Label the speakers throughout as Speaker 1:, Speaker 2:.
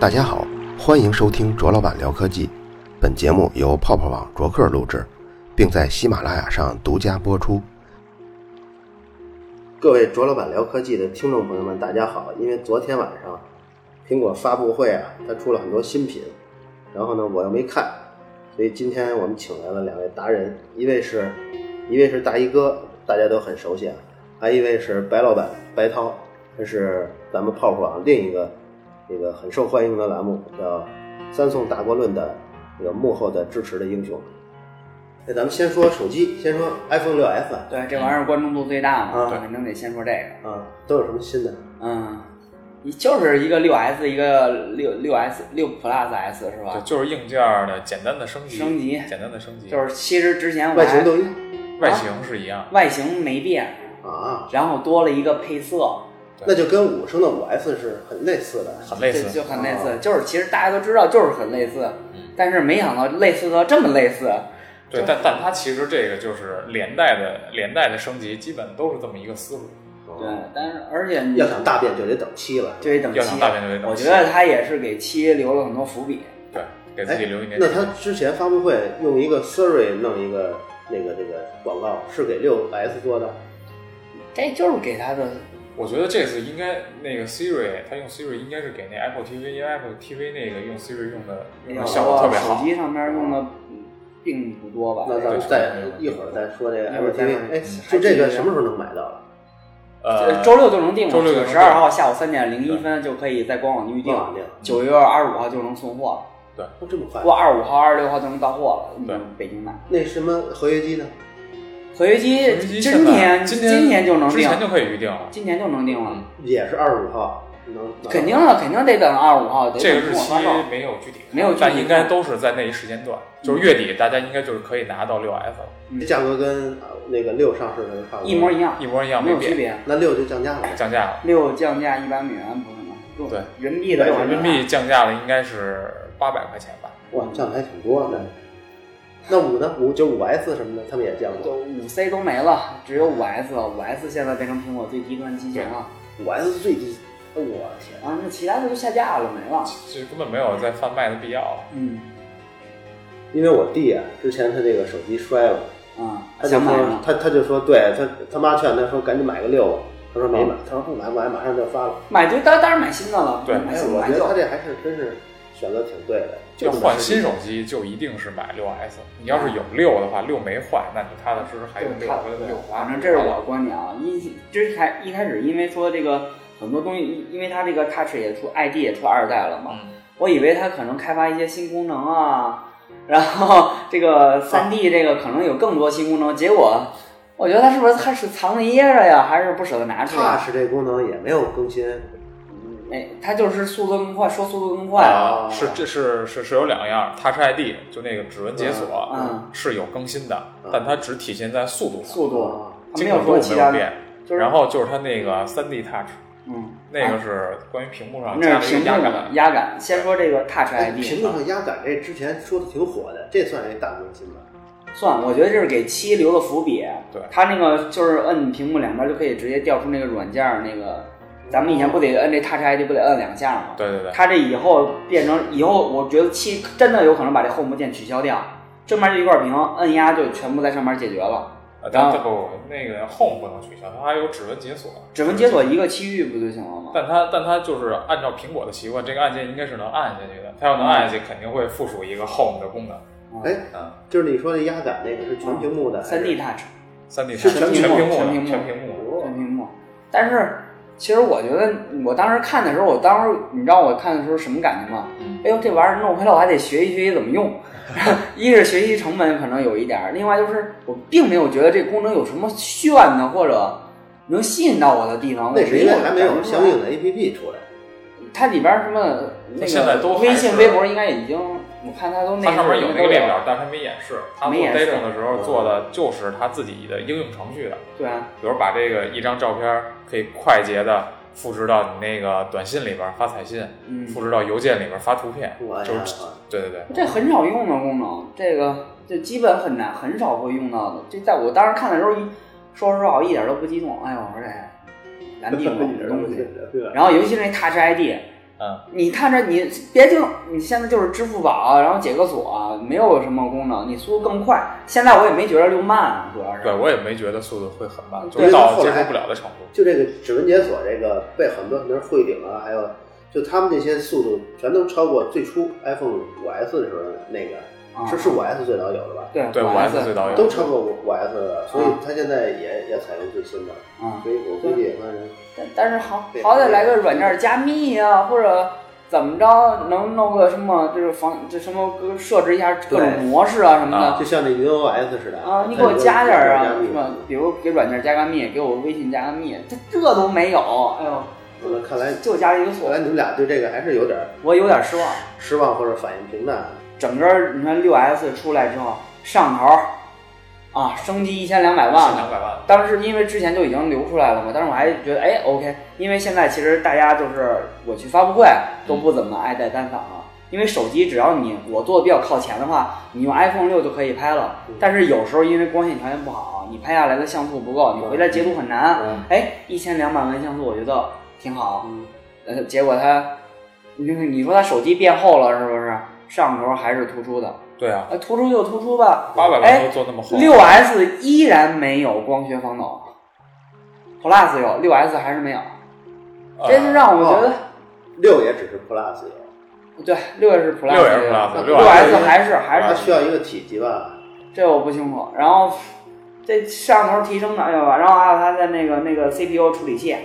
Speaker 1: 大家好，欢迎收听卓老板聊科技。本节目由泡泡网卓克录制，并在喜马拉雅上独家播出。各位卓老板聊科技的听众朋友们，大家好！因为昨天晚上苹果发布会啊，它出了很多新品，然后呢我又没看，所以今天我们请来了两位达人，一位是一位是大衣哥，大家都很熟悉啊，还一位是白老板白涛，他是咱们泡泡网另一个这个很受欢迎的栏目叫“三宋大国论”的这个幕后的支持的英雄。那咱们先说手机，先说 iPhone 六 S 啊
Speaker 2: 对，这玩意儿关注度最大嘛，
Speaker 1: 啊
Speaker 2: 就肯定得先说这个。
Speaker 1: 啊，都有什么新的？
Speaker 2: 嗯，你就是一个六 S，一个六六 S 六 Plus S 是
Speaker 3: 对，
Speaker 2: 吧？
Speaker 3: 就是硬件儿的简单的升级，
Speaker 2: 啊升级
Speaker 3: 简单的升级，
Speaker 2: 就是啊其实之前我
Speaker 1: 外
Speaker 2: 还
Speaker 1: 形都一样
Speaker 3: 外形是一样，
Speaker 2: 外形没变，
Speaker 1: 啊，
Speaker 2: 然后多了一个配色，
Speaker 3: 对
Speaker 1: 那就跟五升的五 S 是很类似的。
Speaker 3: 很类
Speaker 2: 就
Speaker 3: 似。
Speaker 2: 就很类
Speaker 1: 啊
Speaker 2: 似，就是其实大家都知道就是很类似
Speaker 3: 嗯，哦
Speaker 2: 但是没想到类似到这么类似。
Speaker 3: 对，但但它其实这个就是连带的连带的升级，基本都是这么一个思路。
Speaker 2: 对，但是而且你
Speaker 1: 哦要想大变就得等七了。
Speaker 2: 就得等
Speaker 3: 要
Speaker 2: 七
Speaker 3: 想，大变就得等
Speaker 2: 嗯我觉
Speaker 3: 七
Speaker 2: 得哎他也是给七留了很多伏笔。
Speaker 3: 对，给自己留一年
Speaker 1: 哎那
Speaker 3: 时
Speaker 1: 他
Speaker 3: 间。
Speaker 1: 之前发布会用一个 Siri 弄一个那个这个广告，是给六 S 做的
Speaker 2: 这就是给他的
Speaker 3: 我觉得这次应该那个 Siri，他用 Siri 应该是给那 Apple TV，因为 Apple TV 那个用 Siri 用的用的效果特别
Speaker 2: 哎手
Speaker 3: 好。
Speaker 2: 机上面用的并不多吧？
Speaker 1: 那咱们
Speaker 3: 对
Speaker 1: 再
Speaker 3: 对对
Speaker 1: 一会儿再说这个
Speaker 2: 一会
Speaker 1: Apple
Speaker 2: 儿再
Speaker 1: TV。
Speaker 2: 说
Speaker 1: 哎，
Speaker 2: 嗯
Speaker 1: 就这个什么时候能买到了？
Speaker 3: 呃，
Speaker 2: 周六就能订了，
Speaker 3: 周六就能嗯
Speaker 2: 十二号下午三点零一分就可以在官网预定
Speaker 1: 官网订，
Speaker 2: 九月二十五号就能送货了，
Speaker 1: 哦，这么快
Speaker 2: 不？过二十五号、二十六号就能到货了。
Speaker 3: 对，
Speaker 2: 北京买
Speaker 1: 那什么合约机呢？
Speaker 2: 合约机
Speaker 3: 手机
Speaker 2: 今
Speaker 3: 现在
Speaker 2: 天
Speaker 3: 今
Speaker 2: 今天就能
Speaker 3: 之
Speaker 2: 订，
Speaker 3: 前就嗯可以预定了。
Speaker 2: 今天就能订了，
Speaker 1: 也是二十五号能拿到
Speaker 2: 肯定了，肯定得等二十五号，得
Speaker 3: 这个
Speaker 2: 等
Speaker 3: 日
Speaker 2: 中午
Speaker 3: 期
Speaker 2: 发售。
Speaker 3: 没有具体看，
Speaker 2: 没有具体
Speaker 3: 但应该
Speaker 2: 看
Speaker 3: 都是在那一时间段，就是月底大家应该就是可以拿到六 S 了，
Speaker 2: 嗯
Speaker 1: 价格跟呃那个六上市的差不多，
Speaker 2: 一模一。样，
Speaker 3: 一模一样
Speaker 2: 没有区
Speaker 3: 变，
Speaker 2: 别。
Speaker 1: 那六就降 价了呗。
Speaker 3: 降价了。
Speaker 2: 六降价一百美元，朋友们，中
Speaker 3: 对
Speaker 2: 人民币的
Speaker 3: 人民币降价了，应该是八百块钱吧？
Speaker 1: 哇，降的还挺多呢。那五呢？五就五 S 什么的，他们也降
Speaker 2: 就
Speaker 1: 了。
Speaker 2: 五 C 都没了，只有五 S 了。五 S 现在变成苹果最低端机型了，
Speaker 1: 五 S 最低，我天！
Speaker 2: 啊，那其他的都下架了，没了。
Speaker 3: 这根本没有再贩卖的必要了。
Speaker 2: 嗯，
Speaker 1: 因为我弟啊，之前他这个手机摔了，
Speaker 2: 啊，
Speaker 1: 他就
Speaker 2: 想买
Speaker 1: 说
Speaker 2: 吗？
Speaker 1: 他他就说，对他他妈劝他说赶紧买个六吧，他说
Speaker 2: 哦
Speaker 1: 没买，他说不买不买，马上就发了。
Speaker 2: 买对，当当然买新的了，
Speaker 3: 对
Speaker 2: 买
Speaker 1: 哎，
Speaker 2: 新
Speaker 1: 我
Speaker 2: 买
Speaker 1: 觉得
Speaker 2: 旧
Speaker 1: 他。这还是真是选择挺对的，就
Speaker 3: 要
Speaker 1: 这么
Speaker 3: 换新
Speaker 1: 实际
Speaker 3: 手机就一定是买六 S，你要是有六的话，六没换，那你踏踏实实还有
Speaker 2: 对
Speaker 3: 六
Speaker 2: 它
Speaker 3: 六花。
Speaker 2: 反啊正这是我的观点啊。一之开一开始，因为说这个很多东西，因因为它这个 Touch 也出 ID 也出二代了嘛，
Speaker 3: 嗯，
Speaker 2: 我以为它可能开发一些新功能啊，然后 这个三 D 这个可能有更多新功能，结果我觉得它是不是它是藏着掖着呀，还是不舍得拿出来？
Speaker 1: Touch 这功能也没有更新，
Speaker 2: 哎，它就是速度更快，说速度更快，
Speaker 3: 啊，是这是是是有两样，Touch ID 就那个指纹解锁
Speaker 2: 嗯
Speaker 3: 是有更新的
Speaker 1: 嗯，
Speaker 3: 但它只体现在速度上，
Speaker 2: 速度，
Speaker 1: 啊
Speaker 2: 它没
Speaker 3: 精
Speaker 2: 有
Speaker 3: 准度
Speaker 2: 说
Speaker 3: 没
Speaker 2: 其他的，
Speaker 3: 有变。
Speaker 2: 就是
Speaker 3: 然后就是它那个三 D Touch，
Speaker 2: 嗯，
Speaker 3: 那个是关于屏幕上加
Speaker 2: 那
Speaker 3: 了
Speaker 2: 是
Speaker 3: 一个
Speaker 2: 屏幕
Speaker 3: 压
Speaker 2: 的
Speaker 3: 感，
Speaker 2: 压感。先说这个 Touch 啊
Speaker 1: 哎
Speaker 2: ID，
Speaker 1: 屏幕上压感这之前说的挺火的，这算是一
Speaker 2: 嗯
Speaker 1: 大更新吧？
Speaker 2: 算，我觉得这是给七留的伏笔。
Speaker 3: 对
Speaker 2: 它那个就是摁屏幕两边就可以直接调出那个软件儿那个，咱们以前不得摁这 Touch ID 不得摁两下吗？
Speaker 3: 对对对，
Speaker 2: 它这以后变成以后，我觉得七真的有可能把这 Home 键取消掉，正面这一块屏摁压就全部在上面解决了。
Speaker 3: 呃
Speaker 2: 然后
Speaker 3: 但不那个 Home 不能取消，它还有指纹解锁，
Speaker 2: 指纹解锁一个区域不就行了吗？
Speaker 3: 但它但它就是按照苹果的习惯，这个按键应该是能按下去的。它要
Speaker 2: 啊
Speaker 3: 能按下去，肯定会附属一个 Home 的功能。
Speaker 1: 哎
Speaker 3: 嗯，
Speaker 1: 就是你说的压感那个是全屏幕的，
Speaker 2: 三 D Touch
Speaker 3: 三 D
Speaker 1: 是
Speaker 3: 全
Speaker 1: 全屏幕
Speaker 3: 屏的
Speaker 2: 全屏幕
Speaker 3: 全屏幕的。
Speaker 1: 哦
Speaker 2: 全屏幕，但是其实我觉得我当时看的时候，我当时你知道我看的时候什么感觉吗？哎呦，这玩意儿弄回来我还得学习学习怎么用。一是学习成本可能有一点儿，另外就是我并没有觉得这功能有什么炫的或者能吸引到我的地方。
Speaker 1: 那是因为
Speaker 2: 我
Speaker 1: 还没有
Speaker 2: 感觉不出
Speaker 1: 相
Speaker 2: 来
Speaker 1: 应的 APP 出来。
Speaker 2: 它里边儿什么那
Speaker 3: 现在
Speaker 2: 个
Speaker 3: 都还
Speaker 2: 微信、
Speaker 3: 是
Speaker 2: 微博应该已经，我看它都那
Speaker 3: 它上面有
Speaker 2: 那
Speaker 3: 那个列表，但是它没演示。它做
Speaker 2: 没演示哦
Speaker 3: demo 的时候做的就是它自己的应用程序的，
Speaker 2: 对啊，
Speaker 3: 比如把这个一张照片可以快捷的复制到你那个短信里边发彩信，
Speaker 2: 嗯，
Speaker 3: 复制到邮件里边发图片，
Speaker 1: 我
Speaker 3: 就
Speaker 1: 呀
Speaker 3: 是对对对。
Speaker 2: 这很少用的功能，这个这基本很难，很少会用到的。这在我当时看的时候，一说实话，我一点都不激动。哎呦，我说这 咱定了的东西。
Speaker 1: 对吧？
Speaker 2: 然后尤其是那 Touch ID，
Speaker 3: 嗯，
Speaker 2: 你看着你别就你现在就是支付宝，啊然后解个锁、没有什么功能，你速度更快。现在我也没觉得溜慢啊，主要是。
Speaker 3: 对我也没觉得速度会很慢，就
Speaker 2: 对
Speaker 3: 是到
Speaker 1: 后
Speaker 3: 接
Speaker 1: 来
Speaker 3: 受不了的程度。
Speaker 1: 就这个指纹解锁这个被很多很多人会顶啊，还有就他们这些速度全都超过最初 iPhone 五 S 的时候那个，
Speaker 2: 啊
Speaker 1: 是是五 S 最早有的吧？
Speaker 2: 对
Speaker 3: 对
Speaker 2: 五
Speaker 3: 我还是最早有
Speaker 1: 都超过五 S 了，所以它现在也也采用最新的，
Speaker 2: 啊，
Speaker 1: 所以我估计也算是
Speaker 2: 但但是好
Speaker 1: 对
Speaker 2: 好歹来个软件加密啊，或者怎么着，能弄个什么就是防这什么各设置一下各
Speaker 1: 对
Speaker 2: 种模式啊什么的
Speaker 1: 就像那云 OS 似的
Speaker 2: 啊，你给我加点儿啊，是吧
Speaker 1: 吧？？
Speaker 2: 比如给软件加个密，给我微信加个密，这这都没有，哎呦，
Speaker 1: 那看来
Speaker 2: 就加了一个锁
Speaker 1: 看来，你们俩对这个还是有点
Speaker 2: 我有点失望。
Speaker 1: 失望或者反应平淡。
Speaker 2: 整个你看六 S 出来之后，上头儿啊，升级一千两百万了。
Speaker 3: 两百万，
Speaker 2: 当时因为之前就已经流出来了嘛，但是我还觉得哎 OK，因为现在其实大家就是我去发布会都不怎么爱戴单反了，因为手机只要你我坐的比较靠前的话，你用 iPhone 六就可以拍了
Speaker 1: 嗯。
Speaker 2: 但是有时候因为光线条件不好，你拍下来的像素不够，你回来截图很难。
Speaker 1: 嗯
Speaker 2: 哎，一千两百万像素我觉得挺好，
Speaker 1: 嗯，
Speaker 2: 呃，结果它，你你说它手机变厚了是不是？上头还是突出的，
Speaker 3: 对啊，
Speaker 2: 呃，突出就突出吧。
Speaker 3: 八百
Speaker 2: 哎
Speaker 3: 万都做那么厚，
Speaker 2: 六 S 依然没有光学防抖，Plus 有，六 S 还是没有，
Speaker 3: 呃
Speaker 2: 这是让我觉得，
Speaker 1: 六也只是 Plus 有，
Speaker 2: 对，六也是 Plus，
Speaker 3: 六也是 Plus，
Speaker 2: 六
Speaker 1: 六
Speaker 2: S
Speaker 1: S
Speaker 2: 还是还
Speaker 1: 它
Speaker 2: 是
Speaker 1: 需要一个体积吧？
Speaker 2: 这我不清楚。然后这上头提升的，哎呦，然后还有它的那个那个 CPU 处理器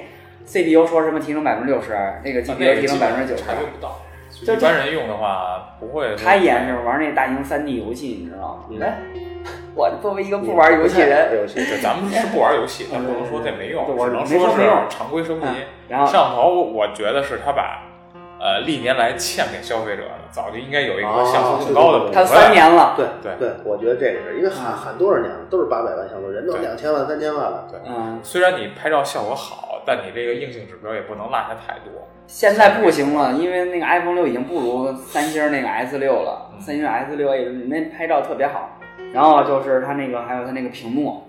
Speaker 2: ，CPU 说什么提升百分之六十，那个
Speaker 3: 啊
Speaker 2: GPU
Speaker 3: 那
Speaker 2: 提
Speaker 3: 个
Speaker 2: 升
Speaker 3: 基
Speaker 2: 百分之
Speaker 3: 本
Speaker 2: 九十，
Speaker 3: 察觉不到。
Speaker 2: 就
Speaker 3: 一般人用的话不会说。
Speaker 2: 他演是玩那大型3 D 游戏，你知道吗？
Speaker 1: 嗯
Speaker 2: 哎，我作为一个不玩游戏的人，
Speaker 1: 游戏
Speaker 3: 对， 咱们是不玩游戏，但不能说这没用，
Speaker 2: 嗯对
Speaker 3: 只
Speaker 2: 我
Speaker 3: 能
Speaker 2: 没说
Speaker 3: 说
Speaker 2: 没用嗯啊
Speaker 3: 是常规升级。
Speaker 2: 然后
Speaker 3: 上头，我觉得是他把呃历年来欠给消费者的，早就应该有一
Speaker 2: 哦
Speaker 3: 个像素更高的补回来。
Speaker 2: 他三年了，
Speaker 1: 对
Speaker 3: 对
Speaker 1: 对，我觉得这个是因为
Speaker 2: 啊
Speaker 1: 喊喊多少年了，都是八百万像素，人都
Speaker 3: 对
Speaker 1: 两千万、三千万了。
Speaker 2: 嗯，
Speaker 3: 虽然你拍照效果好，但你这个硬性指标也不能落下太多。
Speaker 2: 现在不行了，因为那个 iPhone 六已经不如三星那个 S 六了，
Speaker 3: 嗯
Speaker 2: 三星 S 六 A 那拍照特别好，然后就是它那个还有它那个屏
Speaker 1: 啊
Speaker 2: 幕，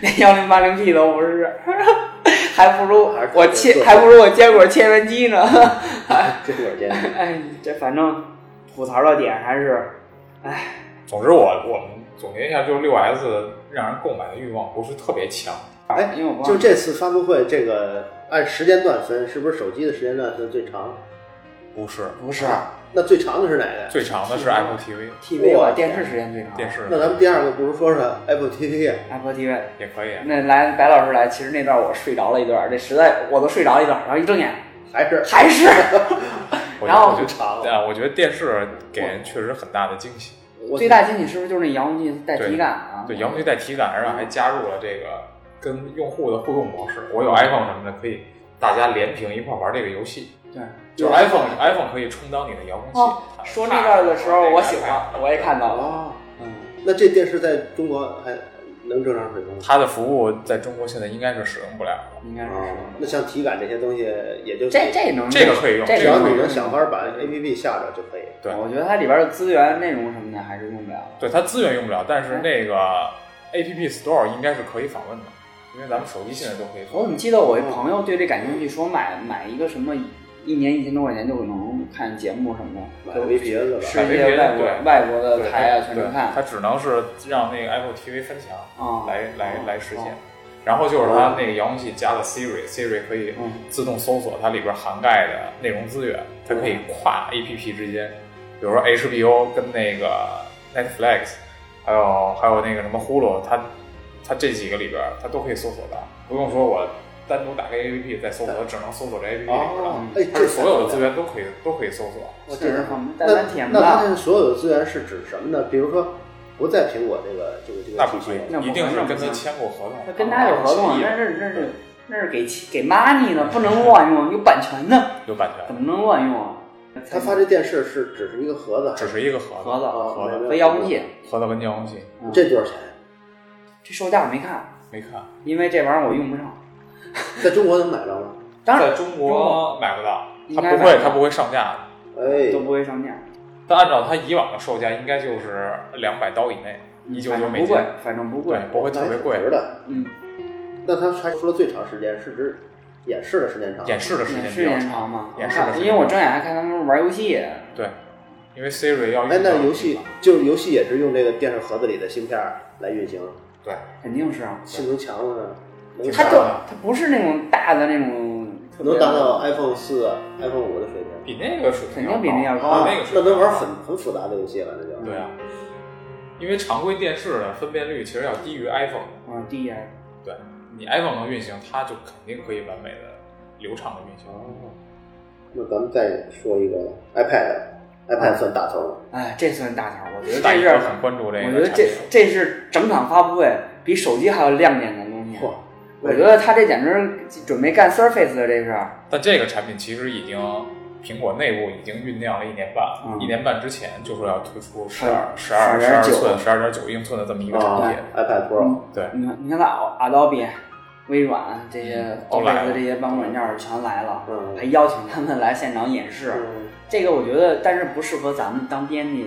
Speaker 2: 连幺零八零 P 都不是， 还不如
Speaker 1: 还是
Speaker 2: 我
Speaker 1: 做
Speaker 2: 切，
Speaker 1: 做
Speaker 2: 还不如我坚果切面机呢。
Speaker 1: 这会儿见，
Speaker 2: 哎，这反正吐槽的点还是
Speaker 3: 总之我，我们总结一下，就是六 S 让人购买的欲望不是特别强。
Speaker 1: 哎
Speaker 2: 因为我不知道
Speaker 1: 就这次发布会，这个按时间段分，是不是手机的时间段分最长？
Speaker 3: 不是，
Speaker 2: 不是
Speaker 1: 那最长的是哪个呀？
Speaker 3: 最长的是 Apple TV
Speaker 2: TV
Speaker 1: 哇
Speaker 2: 吧，电视时间最长，
Speaker 3: 电视，
Speaker 1: 那咱们第二个不如说说 Apple TV 啊？
Speaker 2: Apple TV。
Speaker 3: 也可以。
Speaker 2: 那来白老师来，其实那段我睡着了一段，这实在我都睡着一段，然后一睁眼
Speaker 1: 还是
Speaker 2: 还 是，
Speaker 3: 我
Speaker 2: 然后
Speaker 3: 我觉
Speaker 1: 长
Speaker 3: 得，啊，我觉得电视给人确实很大的惊喜。
Speaker 1: 我
Speaker 2: 最大惊喜是不是就是那遥控器带体感啊？
Speaker 3: 对，遥控器带体感，然后还加入了这个跟用户的互动模式。我有 iPhone 什么的，可以大家连屏一块玩这个游戏。
Speaker 2: 对。
Speaker 3: 就是 iPhone iPhone 可以充当你的遥控器。啊
Speaker 2: 哦
Speaker 3: 它
Speaker 2: 说那段的时候，我喜欢，我也看到了。
Speaker 1: 哦，
Speaker 2: 嗯，
Speaker 1: 那这电视在中国还能正常使用吗？
Speaker 3: 它的服务在中国现在应该是使用不了了。
Speaker 2: 应该是
Speaker 1: 哦，那像体感这些东西，也就
Speaker 2: 这这能
Speaker 3: 这个可以用
Speaker 2: 这
Speaker 1: 只
Speaker 2: 个
Speaker 1: 要
Speaker 2: 可以
Speaker 1: 你
Speaker 2: 用
Speaker 1: 能想法把 APP 下着就可以。
Speaker 3: 对
Speaker 2: 我觉得它里边的资源、内容什么的还是用不了了。
Speaker 3: 对，它资源用不了，但是那个 App Store 应该是可以访问的，因为咱们手机现在都可以访
Speaker 2: 我怎
Speaker 3: 问。
Speaker 2: 么记得我一朋友对这感兴趣，说买买一个什么一年一千多块钱就能看节目什么的，
Speaker 1: 买
Speaker 2: 就
Speaker 1: VPS 吧，
Speaker 2: 世界外国
Speaker 3: 对
Speaker 2: 外国的
Speaker 3: 对
Speaker 2: 台啊
Speaker 3: 它
Speaker 2: 全
Speaker 3: 对
Speaker 2: 能看
Speaker 3: 它只能是让那个 Apple TV 分享
Speaker 2: 啊。
Speaker 3: 来来来实
Speaker 2: 哦
Speaker 3: 现。然后就是它那个遥控器加了 Siri，Siri 可以
Speaker 2: 嗯
Speaker 3: 自动搜索它里边涵盖的内容资源，它可以跨 APP 之间，比如说 HBO 跟那个 Netflix，还有还有那个什么 Hulu，它它这几个里边它都可以搜索到，不用说我单独打开 APP 再搜索，只能搜索这 APP 里边了
Speaker 1: 哦。，哎，
Speaker 3: 它
Speaker 1: 这
Speaker 3: 是所有的资源都可以都可以搜索，
Speaker 2: 我这人方便，
Speaker 1: 那
Speaker 2: 但咱体验不
Speaker 1: 那它
Speaker 2: 到
Speaker 1: 这。所有的资源是指什么呢？比如说，不在苹果这个这个这
Speaker 3: 那
Speaker 1: 个
Speaker 3: 不
Speaker 1: 体
Speaker 3: 行
Speaker 1: 系，
Speaker 2: 那不
Speaker 3: 一定是
Speaker 2: 那不
Speaker 3: 跟他
Speaker 2: 行
Speaker 3: 签过合同，
Speaker 2: 那跟他有合同，
Speaker 3: 协议
Speaker 2: 那是那是那是给给 money 的，不能乱用，有版权的，
Speaker 3: 有版权
Speaker 2: 怎，么能乱用啊？
Speaker 1: 它发这电视是只是一个盒子，
Speaker 3: 只是一个合
Speaker 2: 盒
Speaker 3: 同，
Speaker 2: 子
Speaker 1: 哦
Speaker 2: 和遥控，器，
Speaker 3: 合同跟遥控器
Speaker 2: 嗯
Speaker 1: 这多少钱？
Speaker 2: 这售价我没看，
Speaker 3: 没看。
Speaker 2: 因为这玩意儿我用不上。
Speaker 1: 在中国能买着吗？
Speaker 2: 当
Speaker 3: 在
Speaker 2: 然
Speaker 3: 中
Speaker 2: 国
Speaker 3: 国买不到，
Speaker 2: 应
Speaker 3: 它
Speaker 2: 该
Speaker 3: 不
Speaker 2: 买
Speaker 3: 会
Speaker 2: 不，到
Speaker 3: 它不会上架。
Speaker 1: 哎
Speaker 2: 都，不会上架，
Speaker 3: 但按照它以往的售价，应该就是两百刀以内，一九
Speaker 2: 反
Speaker 3: 九
Speaker 2: 正嗯哎
Speaker 3: 美
Speaker 2: 不
Speaker 3: 金
Speaker 2: 贵，，反正不贵
Speaker 3: 对，。不会
Speaker 1: 那还
Speaker 3: 特别
Speaker 1: 挺
Speaker 3: 贵
Speaker 1: 值。的。
Speaker 2: 嗯，
Speaker 1: 那它还说了最长时间是指演示的时间长，
Speaker 3: 演示的时间
Speaker 2: 演
Speaker 3: 比
Speaker 2: 示
Speaker 3: 较
Speaker 2: 延
Speaker 3: 长。
Speaker 2: 长嘛，
Speaker 3: 演示的时间
Speaker 2: 因为我睁眼还看他们玩游戏，
Speaker 3: 对，因为 Siri 要运
Speaker 1: 哎，
Speaker 3: 到
Speaker 1: 那游戏就是游戏也是用这个电视盒子里的芯片儿来运行，
Speaker 3: 对，
Speaker 2: 肯定是啊。
Speaker 1: 性能强啊，
Speaker 3: 嗯
Speaker 1: 能
Speaker 2: 它
Speaker 1: 达
Speaker 2: 就
Speaker 1: 到
Speaker 2: 它不是那种大的那种，
Speaker 1: 能达到 iPhone 四、iPhone 五的水平。啊
Speaker 3: 比那个水平
Speaker 2: 肯定比那要
Speaker 3: 要
Speaker 2: 高
Speaker 3: 高，啊那个水
Speaker 1: 那
Speaker 3: 平
Speaker 1: 能玩
Speaker 3: 要高
Speaker 1: 很很复杂的游戏了，那就
Speaker 3: 对啊，因为常规电视的分辨率其实要低于 iPhone，
Speaker 2: 嗯，低呀。
Speaker 3: 对你 iPhone 能运行，它就肯定可以完美的、流畅的运行。
Speaker 2: 哦
Speaker 1: 那咱们再说一个 iPad，iPad 算大头了，
Speaker 2: 哎，这算大头儿，我觉得
Speaker 3: 大
Speaker 2: 这
Speaker 3: 家
Speaker 2: 是
Speaker 3: 都很关注这
Speaker 2: 我
Speaker 3: 个产
Speaker 2: 觉
Speaker 3: 品，
Speaker 2: 得这这是整场发布会比手机还要亮点的东西。
Speaker 1: 嚯！
Speaker 2: 我觉得他这简直准备干 Surface 了，这是。
Speaker 3: 但这个产品其实已经苹果内部已经酝酿了一年半，
Speaker 2: 嗯
Speaker 3: 一年半之前就说要推出十二、十二、十二
Speaker 2: 12.9
Speaker 3: 寸、十二点九英寸的这么一个产
Speaker 1: 啊
Speaker 3: 品。
Speaker 1: ，iPad Pro，
Speaker 3: 对，
Speaker 2: 你看，你看那 Adobe、微软这些
Speaker 3: 都来了
Speaker 2: Office 这些办公软件儿全来了，
Speaker 1: 嗯
Speaker 2: 还邀请他们来现场演
Speaker 3: 啊
Speaker 2: 示。
Speaker 1: 嗯，
Speaker 2: 这个我觉得，但是不适合咱们当编辑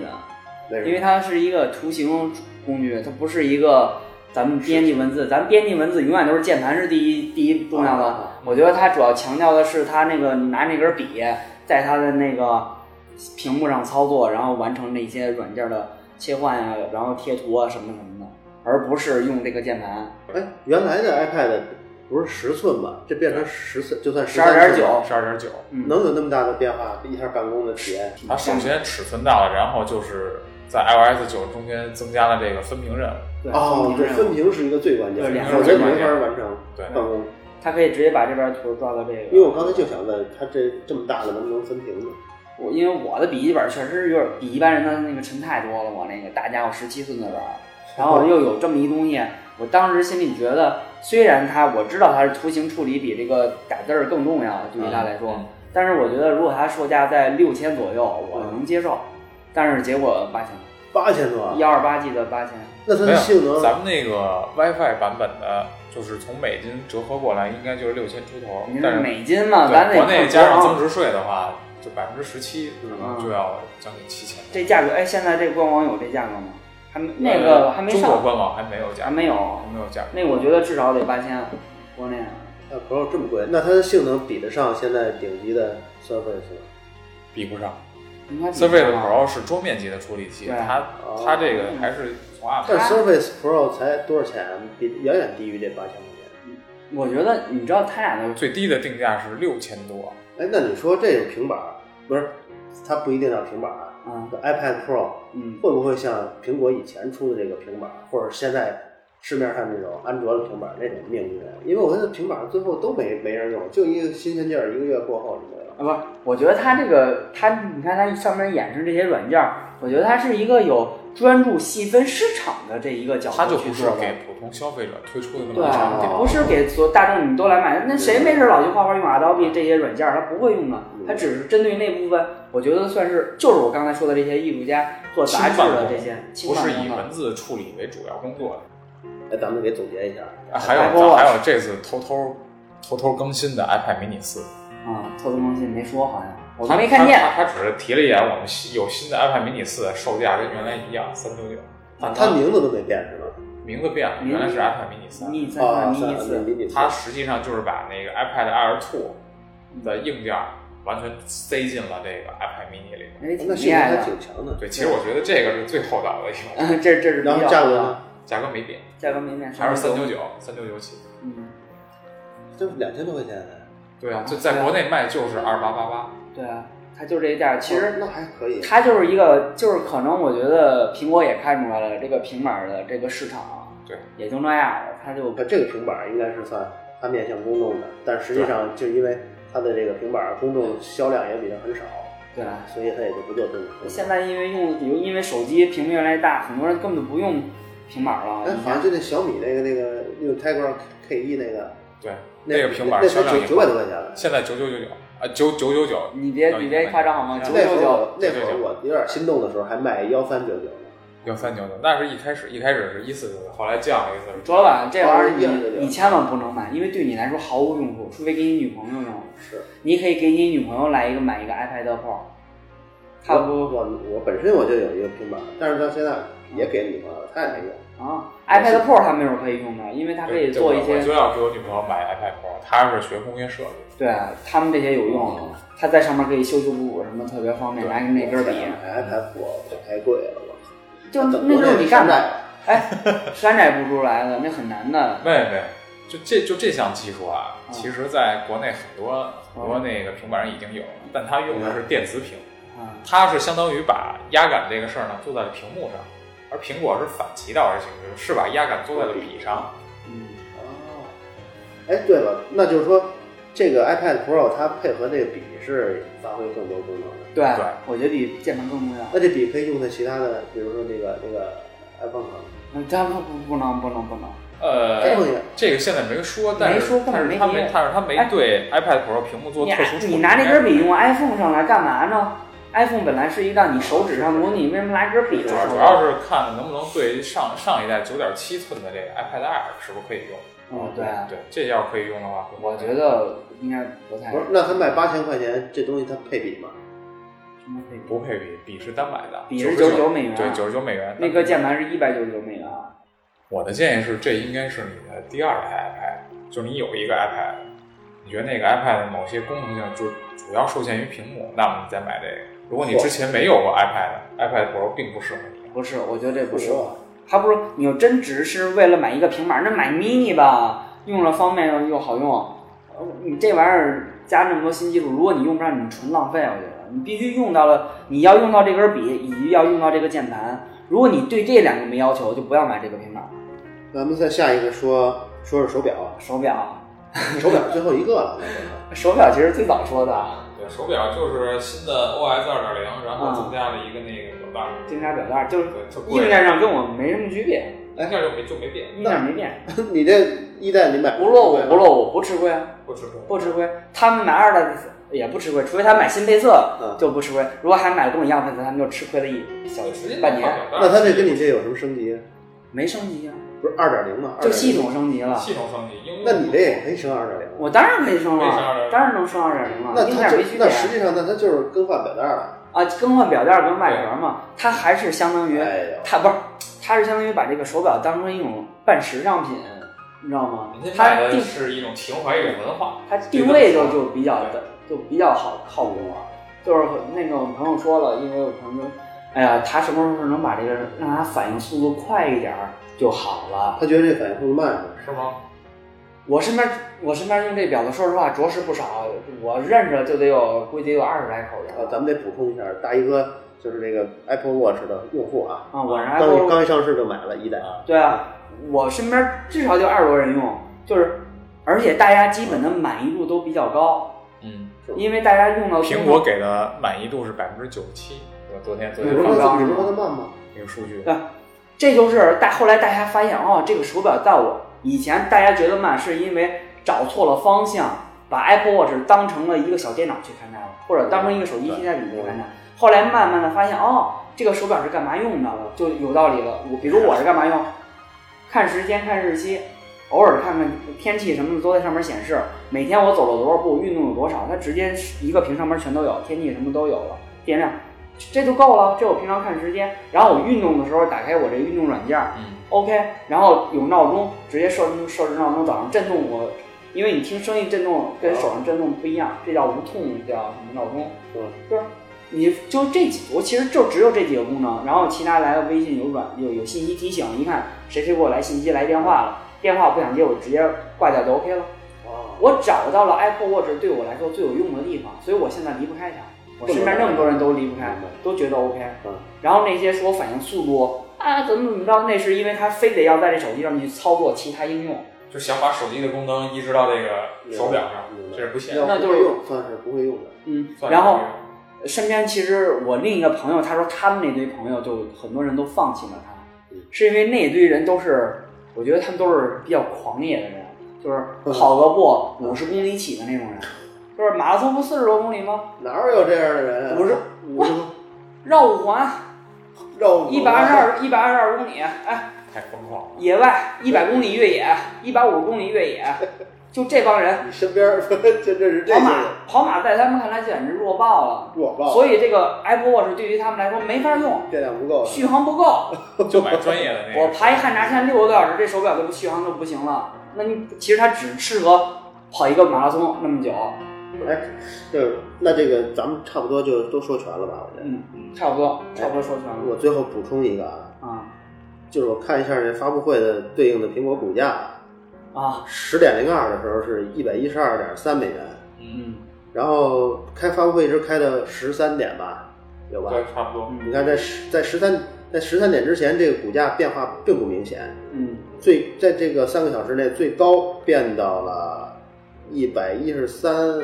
Speaker 2: 的，因为
Speaker 1: 它
Speaker 2: 它是一个图形工具，它不是一个咱们编辑文字。咱们编辑文字永远都是键盘是第一第一重要的。我觉得它主要强调的是它那个拿那根笔在它的那个屏幕上操作，然后完成那些软件的切换呀、然后贴图啊什么什么的，而不是用这个键盘。
Speaker 1: 哎，原来的 iPad 不是十寸吧？这变成十寸，就算13
Speaker 2: 12.9
Speaker 1: 寸吧
Speaker 3: 十二点九，
Speaker 2: 嗯，
Speaker 1: 能有啊那么大的变化？一下办公的体验，
Speaker 3: 它首先尺寸大了，然后就是在 iOS 九中间增加了这个分屏任务。
Speaker 2: 对
Speaker 1: 哦，这分
Speaker 2: 屏，
Speaker 1: 屏是一个最关键
Speaker 2: 对
Speaker 1: 的，
Speaker 2: 两
Speaker 1: 否
Speaker 2: 个
Speaker 1: 则
Speaker 2: 最
Speaker 1: 没
Speaker 2: 关
Speaker 1: 法
Speaker 3: 键
Speaker 1: 完成
Speaker 3: 对
Speaker 1: 办公。
Speaker 2: 它可以直接把这边图抓到这个。
Speaker 1: 因为我刚才就想问，它这这么大的能不能分屏呢？
Speaker 2: 我因为我的笔记本确实有点比一般人的那个沉太多了，我那个大家伙十七寸的本儿，然后又有这么一东西，我当时心里觉得，虽然它我知道它是图形处理比这个打字儿更重要，对于它来说，
Speaker 3: 嗯
Speaker 2: 但是我觉得如果它售价在六千左右，我能接受，
Speaker 3: 嗯
Speaker 2: 但是结果八千，
Speaker 1: 八千多啊，
Speaker 2: 幺二八 G 的八千，
Speaker 1: 那它
Speaker 3: 没
Speaker 1: 的
Speaker 3: 有
Speaker 1: 性能
Speaker 3: 咱们那个 WiFi 版本的，就是从美金折合过来，应该就是六千出头
Speaker 2: 你。
Speaker 3: 但
Speaker 2: 是
Speaker 3: 是
Speaker 2: 美金嘛，咱
Speaker 3: 对
Speaker 2: 得
Speaker 3: 国内加上
Speaker 2: 看
Speaker 3: 增值税的话，就百分之十七，可能
Speaker 2: 嗯
Speaker 3: 就要将近七千。
Speaker 2: 这价格，哎，现在这官网有这价格吗？还没那个还没
Speaker 3: 呃中国
Speaker 2: 上，
Speaker 3: 官网还嗯没有加，
Speaker 2: 还没有
Speaker 3: 还，没有加。
Speaker 2: 那我觉得至少得八千，国内。啊
Speaker 1: 那呃 Pro 这么贵，那它的性能比得上现在顶级的 Surface 吗？
Speaker 3: 比不上。
Speaker 2: 应该比
Speaker 3: Surface
Speaker 2: 上
Speaker 3: Pro 是桌面级的处理器，
Speaker 2: 对
Speaker 3: 它
Speaker 1: 哦
Speaker 3: 它这个还是从 App
Speaker 1: 但 Surface Pro 才多少钱？比远远低于这八千块钱。
Speaker 2: 我觉得你知道他俩的
Speaker 3: 最低的定价是六千多，
Speaker 1: 哎，那你说这个平板儿不是它不一定叫平板儿
Speaker 2: 啊，
Speaker 1: 这，iPad Pro
Speaker 2: 嗯，
Speaker 1: 会不会像苹果以前出的这个平板儿，或者现在市面上这种安卓的平板儿那种命运？因为我觉得平板儿最后都没没人用，就一个新鲜劲儿，一个月过后就没
Speaker 2: 啊
Speaker 1: 了。
Speaker 2: 不是，我觉得他这个他，你看他上面演示这些软件儿，我觉得他是一个有专注细分市场的这一个角
Speaker 3: 它
Speaker 2: 度
Speaker 3: 就
Speaker 2: 去
Speaker 3: 不是
Speaker 2: 做的。
Speaker 3: 给普通消费者推出的那么
Speaker 2: 对，
Speaker 3: 个产
Speaker 2: 它
Speaker 3: 品。
Speaker 2: 不是给所有大众你都来买，那谁没事老去画画用 Adobe 这些软件儿，他不会用的，他只是针对那部分，我觉得算是就是我刚才说的这些艺术家做杂志的这些，轻
Speaker 3: 不
Speaker 2: 办
Speaker 3: 是
Speaker 2: 公
Speaker 3: 以
Speaker 2: 的
Speaker 3: 文字处理为主要工作的。
Speaker 1: 哎，咱们给总结一下，哎
Speaker 3: 啊还有
Speaker 2: Apple Watch
Speaker 3: 还有这次偷偷偷偷更新的 iPad mini 四，
Speaker 2: 啊，偷偷东西没说好像，我都没看见。
Speaker 3: 它它它只是提了一眼，我们新有新的 iPad mini 四，售价跟原来一样，三九九。
Speaker 1: 啊，它名字都没变是吧？
Speaker 3: 名字变了，
Speaker 2: 名字
Speaker 3: 原来是 iPad mini 三。
Speaker 2: 你再
Speaker 1: 啊，
Speaker 2: 看你
Speaker 1: 算
Speaker 2: 意思，
Speaker 1: 迷你
Speaker 3: 它实际上就是把那个 iPad Air Two 的硬件完全塞进了这个 iPad mini 里面。
Speaker 2: 哎，挺
Speaker 1: 那
Speaker 2: 厉
Speaker 1: 性能
Speaker 2: 害
Speaker 1: 还
Speaker 2: 的。
Speaker 1: 挺强的。
Speaker 3: 对，其实我觉得这个是最厚道的一种，
Speaker 2: 嗯， 这这是比
Speaker 1: 然后
Speaker 2: 较啊
Speaker 1: 价格呢，
Speaker 3: 价格没变，
Speaker 2: 价格没变，
Speaker 3: 还是三九。九，三九九起。
Speaker 2: 嗯，
Speaker 1: 就两千多块钱。
Speaker 3: 对
Speaker 2: 啊
Speaker 3: 啊，就在国内卖就是二八八八，
Speaker 2: 对啊，它就这一价。其
Speaker 1: 哦
Speaker 2: 实
Speaker 1: 那还可以。
Speaker 2: 它就是一个，就是可能我觉得苹果也看出来了，这个平板的这个市场，啊
Speaker 3: 对，
Speaker 2: 也就那样了。它就
Speaker 1: 那这个平板儿应该是算它面向公众的，但实际上就因为它的这个平板儿公众销量也比较很少，
Speaker 2: 对啊。
Speaker 1: 所以它也就不做这种功能。
Speaker 2: 现在因为用，比如因为手机屏幕越来越大，很多人根本就不用平板了。
Speaker 1: 哎，好像就那小米那个那个用 Tiger K 一那个，
Speaker 3: 对，
Speaker 1: 那
Speaker 3: 个平板
Speaker 1: 那
Speaker 3: 销量
Speaker 1: 才
Speaker 3: 也
Speaker 1: 九九百多块钱了。
Speaker 3: 现在九九九九啊，九九九九，
Speaker 2: 你别你别夸张好吗？
Speaker 1: 那
Speaker 2: 九
Speaker 1: 会
Speaker 2: 九
Speaker 1: 儿
Speaker 2: 九，
Speaker 1: 我那会儿我有点心动的时候还卖幺三九九呢，
Speaker 3: 幺三九九，那是一开始一开始是一四九九，后来降了一次。
Speaker 2: 卓老板这玩意
Speaker 1: 哦一样
Speaker 2: 儿
Speaker 1: 的这个
Speaker 2: 你你千万不能买，因为对你来说毫无用处，除非给你女朋友用。
Speaker 1: 是。
Speaker 2: 你可以给你女朋友来一个买一个 iPad Pro，她
Speaker 1: 我
Speaker 2: 不
Speaker 1: 我我本身我就有一个平板儿，但是到现在也给女朋友，她也没用。
Speaker 2: 啊， iPad Pro 它没准可以用的，因为它可以
Speaker 3: 对
Speaker 2: 做一
Speaker 3: 我
Speaker 2: 些
Speaker 3: 我就要给我女朋友买 iPad Pro，她是学工业设计，
Speaker 2: 对啊他们这些有用，
Speaker 1: 哦
Speaker 2: 它在上面可以修修补补什么，特别方便，
Speaker 3: 对
Speaker 2: 拿那根笔，
Speaker 1: iPad Pro 太贵了，我操！
Speaker 2: 就
Speaker 1: 那
Speaker 2: 那就是你干
Speaker 1: 山
Speaker 2: 的，
Speaker 1: 寨
Speaker 2: 哎，山寨不出来的，那很难的。
Speaker 3: 妹妹，就这就这项技术啊，其实在国内很多很多那个平板上已经有了，但它用的
Speaker 2: 嗯
Speaker 3: 是电子屏，
Speaker 2: 啊，
Speaker 3: 它是相当于把压感这个事儿呢做在了屏幕上，而苹果是反其道而行之，是把压感做在了笔上。
Speaker 2: 嗯，
Speaker 1: 哦，哎，对了，那就是说，这个 iPad Pro 它配合这个笔是发挥更多功能的。
Speaker 2: 对啊
Speaker 3: 对，
Speaker 2: 我觉得比键盘更重要。
Speaker 1: 那这笔可以用在其他的，比如说这个这个 iPhone 上。
Speaker 2: 嗯，咱不不不能不能不能，
Speaker 1: 这
Speaker 3: 呃，
Speaker 1: 个
Speaker 3: 这个现在没说，但
Speaker 2: 没
Speaker 3: 是
Speaker 2: 说根
Speaker 3: 但
Speaker 2: 本
Speaker 3: 是
Speaker 2: 没
Speaker 3: 他
Speaker 2: 提
Speaker 3: 没，但是他没
Speaker 2: 哎
Speaker 3: 对 iPad Pro 屏幕做
Speaker 2: 你
Speaker 3: 特殊处理。
Speaker 2: 你拿那根笔用 iPhone 上来干嘛呢？iPhone 本来是一让你手指上模拟，为什么拿根笔
Speaker 3: 主
Speaker 2: 来
Speaker 3: 要
Speaker 2: 手
Speaker 3: 主要是看能不能对上上一代九点七寸的这个 iPad Air 是不是可以用。
Speaker 2: 嗯，对，
Speaker 3: 对，这要是可以用的话，
Speaker 2: 我觉得应该不太
Speaker 1: 不是，那他卖八千块钱，这东西它配笔吗？
Speaker 2: 什么可以
Speaker 3: 不配比，笔是单买的，
Speaker 2: 笔是
Speaker 3: 99
Speaker 2: 99美元
Speaker 3: 对，九十九美元。
Speaker 2: 那个键盘是一百九十九美元啊。
Speaker 3: 我的建议是，这应该是你的第二台 iPad，就是你有一个 iPad，你觉得那个 iPad 的某些功能性就是主要受限于屏幕，那么你再买这个。如果你之前没有过 iPad，iPad Pro 并不适合你。
Speaker 2: 不是，我觉得这不是，
Speaker 1: 哦
Speaker 2: 还不如你要真只是为了买一个平板，那买 mini 吧，用了方便又好用。呃你这玩意儿加这么多新技术，如果你用不上，你纯浪费。我觉得你必须用到了，你要用到这根笔，以及要用到这个键盘。如果你对这两个没要求，就不要买这个平板。
Speaker 1: 咱们再下一个说说说手表，啊
Speaker 2: 手表，
Speaker 1: 手表最后一个了，那个
Speaker 2: 手表其实最早说的啊，
Speaker 3: 对，手表就是新的 OS 二点零，然
Speaker 2: 后增
Speaker 3: 加了一个那个表带，
Speaker 2: 金沙表带就是
Speaker 3: 对，特
Speaker 2: 硬件上跟我们没什么区别，
Speaker 3: 一下就没就没变，
Speaker 2: 硬件没变，
Speaker 1: 你这一代你买
Speaker 2: 不落伍不落伍，不吃亏啊。
Speaker 3: 不吃亏。
Speaker 2: 不吃亏。他们买二代的也不吃亏，除非他买新配色
Speaker 1: 嗯
Speaker 2: 就不吃亏。如果还买跟我一样配色，他们就吃亏了一小半年，
Speaker 1: 那它这跟你这有什么升级？
Speaker 2: 没升级啊，
Speaker 1: 不是二点零吗？
Speaker 2: 就系统升级了。
Speaker 3: 系统升级，应
Speaker 1: 2.0。
Speaker 3: 用
Speaker 1: 那你这也可以升二点零。
Speaker 2: 我当然可以升
Speaker 3: 可以升
Speaker 2: 了，
Speaker 3: 2.0
Speaker 2: 当然能升二点零了，
Speaker 1: 那
Speaker 2: 硬
Speaker 1: 它
Speaker 2: 件
Speaker 1: 就
Speaker 2: 没区别
Speaker 1: 那实际上那它就是更换表带了。
Speaker 2: 啊。更换表带跟外壳嘛，它还是相当于
Speaker 1: 哎呦，
Speaker 2: 它不是，它是相当于把这个手表当成一种半时尚品，你知道吗
Speaker 3: 人？家
Speaker 2: 它
Speaker 3: 买的
Speaker 2: 定
Speaker 3: 是一种情怀，一种文化。
Speaker 2: 它定位就就比较的就比较好靠谱啊。就是那个我朋友说了，因为我朋友说，哎呀，他什么时候能把这个让他反应速度快一点儿就好了。
Speaker 1: 他觉得这反应速度慢啊是吧？
Speaker 3: 是吗？
Speaker 2: 我身边我身边用这表的，说实话着实不少，我认识就得有估计得有二十来口人
Speaker 1: 啊，
Speaker 2: 了。
Speaker 1: 咱们得补充一下，大一哥就是这个 Apple Watch 的用户啊，
Speaker 2: 啊，我是
Speaker 1: 刚
Speaker 2: Apple，
Speaker 1: 刚一上市就买了一代，
Speaker 2: 对啊，我身边至少就二十多人用，就是而且大家基本的满意度都比较高，
Speaker 3: 嗯，
Speaker 2: 因为大家用到
Speaker 3: 苹果给的满意度是百分之九十七。我昨天昨
Speaker 1: 你
Speaker 3: 天
Speaker 1: 不说
Speaker 2: 嗯
Speaker 3: 看到
Speaker 1: 它你不说它慢吗？
Speaker 3: 那个数据，
Speaker 2: 对，这就是大后来大家发现哦，这个手表在我以前大家觉得慢，是因为找错了方向，把 Apple Watch 当成了一个小电脑去看待了，或者当成一个手机替代品去看待。后来慢慢的发现哦，这个手表是干嘛用的，就有道理了。我比如我是干嘛用？看时间、看日期，偶尔看看天气什么的都在上面显示。每天我走了多少步，运动有多少，它直接一个屏上面全都有，天气什么都有了，电量，这就够了。这我平常看时间，然后我运动的时候打开我这运动软件
Speaker 3: 嗯，
Speaker 2: ，OK，然后有闹钟，直接设置设置闹钟，早上震动我，因为你听声音震动跟手上震动不一样，这叫无痛，这叫什么闹钟？
Speaker 1: 嗯，
Speaker 2: 就是你就这几，我其实就只有这几个功能，然后其他来了微信有软有有信息提醒，一看谁谁给我来信息来电话了，电话我不想接，我直接挂掉就 OK 了。
Speaker 1: 哦，
Speaker 2: 我找到了 Apple Watch 对我来说最有用的地方，所以我现在离不开它。我身边那么多人都离不开
Speaker 1: 明白，
Speaker 2: 都觉得 OK。
Speaker 1: 嗯
Speaker 2: 然后那些说反应速度啊怎么怎么着，那是因为他非得要在这手机上去操作其他应用。
Speaker 3: 就想把手机的功能移植到这个手表上
Speaker 1: 明，白
Speaker 3: 这是不现
Speaker 1: 嗯要
Speaker 3: 实。
Speaker 2: 嗯那
Speaker 1: 不
Speaker 2: 就
Speaker 1: 会
Speaker 2: 是
Speaker 1: 用算是不会用的。
Speaker 2: 嗯，
Speaker 3: 算是
Speaker 2: 然后
Speaker 3: 这样
Speaker 2: 身边其实我另一个朋友，他说他们那堆朋友就很多人都放弃了他
Speaker 1: 嗯，
Speaker 2: 是因为那堆人都是，我觉得他们都是比较狂野的人，就是跑个步五十公里起的那种人，就是马拉松不四十多公里吗？
Speaker 1: 哪有这样的人啊？
Speaker 2: 不是
Speaker 1: 我
Speaker 2: 绕五环
Speaker 1: 绕
Speaker 2: 一百二十二一百二十二公里，哎，
Speaker 3: 太疯狂了。
Speaker 2: 野外一百公里越野，一百五十公里越野，就这帮人，
Speaker 1: 你身边儿真的 是这
Speaker 2: 跑
Speaker 1: 些
Speaker 2: 马
Speaker 1: 人
Speaker 2: 跑马在他们看来简直弱爆了，
Speaker 1: 弱爆，
Speaker 2: 所以这个 Apple Watch 对于他们来说没法用，
Speaker 1: 电量不够了。
Speaker 2: 续航不够。
Speaker 3: 就买专业的那
Speaker 2: 我
Speaker 3: 个。
Speaker 2: 爬一汉拿线六个多小时，这手表都不续航就不行了。那你其实它只适合跑一个马拉松那么久，
Speaker 1: 哎，就是那这个咱们差不多就都说全了吧？我觉得。
Speaker 2: 嗯，差不多，差不多说全了
Speaker 1: 我最后补充一个啊，
Speaker 2: 啊
Speaker 1: 就是我看一下这发布会的对应的苹果股价，
Speaker 2: 啊，
Speaker 1: 十点零二的时候是一百一十二点三美元，
Speaker 2: 嗯
Speaker 1: 然后开发布会一直开到十三点吧，有吧？
Speaker 3: 对，差不多。
Speaker 1: 你
Speaker 2: 嗯
Speaker 1: 看在十在十三在十三点之前，这个股价变化并不明显，
Speaker 2: 嗯
Speaker 1: 最在这个三个小时内最高变到了一百一十三，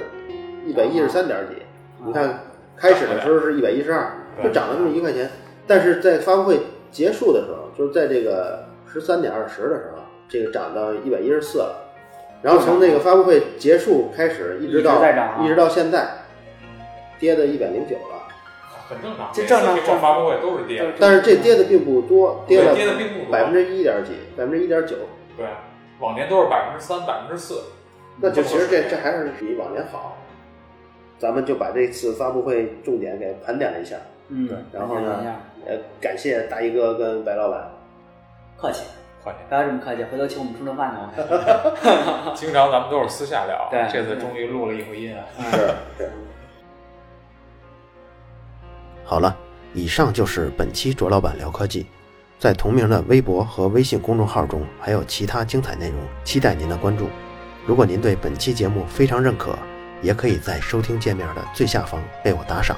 Speaker 1: 一百一十三点儿几。你
Speaker 2: 啊
Speaker 1: 看开始的时候是一百一十二，就涨了这么一块钱。但是在发布会结束的时候，就是在这个十三点二十的时候，这个涨到一百一十四了。然后从那个发布会结束开始，一直
Speaker 2: 一
Speaker 1: 到
Speaker 2: 直在涨啊
Speaker 1: 一直到现在，跌到一百零九了。
Speaker 3: 很正常。
Speaker 2: 这正常
Speaker 3: 每次苹果发布会都是跌的，
Speaker 1: 但是这跌的并不多，跌了
Speaker 3: 对跌的并不多嗯
Speaker 1: 百分之一点几，百分之一点九。
Speaker 3: 对，往年都是百分之三、百分之四。
Speaker 1: 那就其实这这还是比往年好。咱们就把这次发布会重点给盘点了一下，
Speaker 2: 嗯，
Speaker 1: 然后
Speaker 2: 等一
Speaker 1: 呢
Speaker 2: 下，
Speaker 1: 呃，感谢大衣哥跟白老板，
Speaker 2: 客气，
Speaker 3: 快 点！
Speaker 2: 不要这么客气，回头请我们吃顿饭去。
Speaker 3: 经常咱们都是私下聊，
Speaker 2: 对
Speaker 3: 这次终于录了一回音啊。
Speaker 1: 是是。好了，以上就是本期卓老板聊科技，在同名的微博和微信公众号中还有其他精彩内容，期待您的关注。如果您对本期节目非常认可，也可以在收听界面的最下方为我打赏。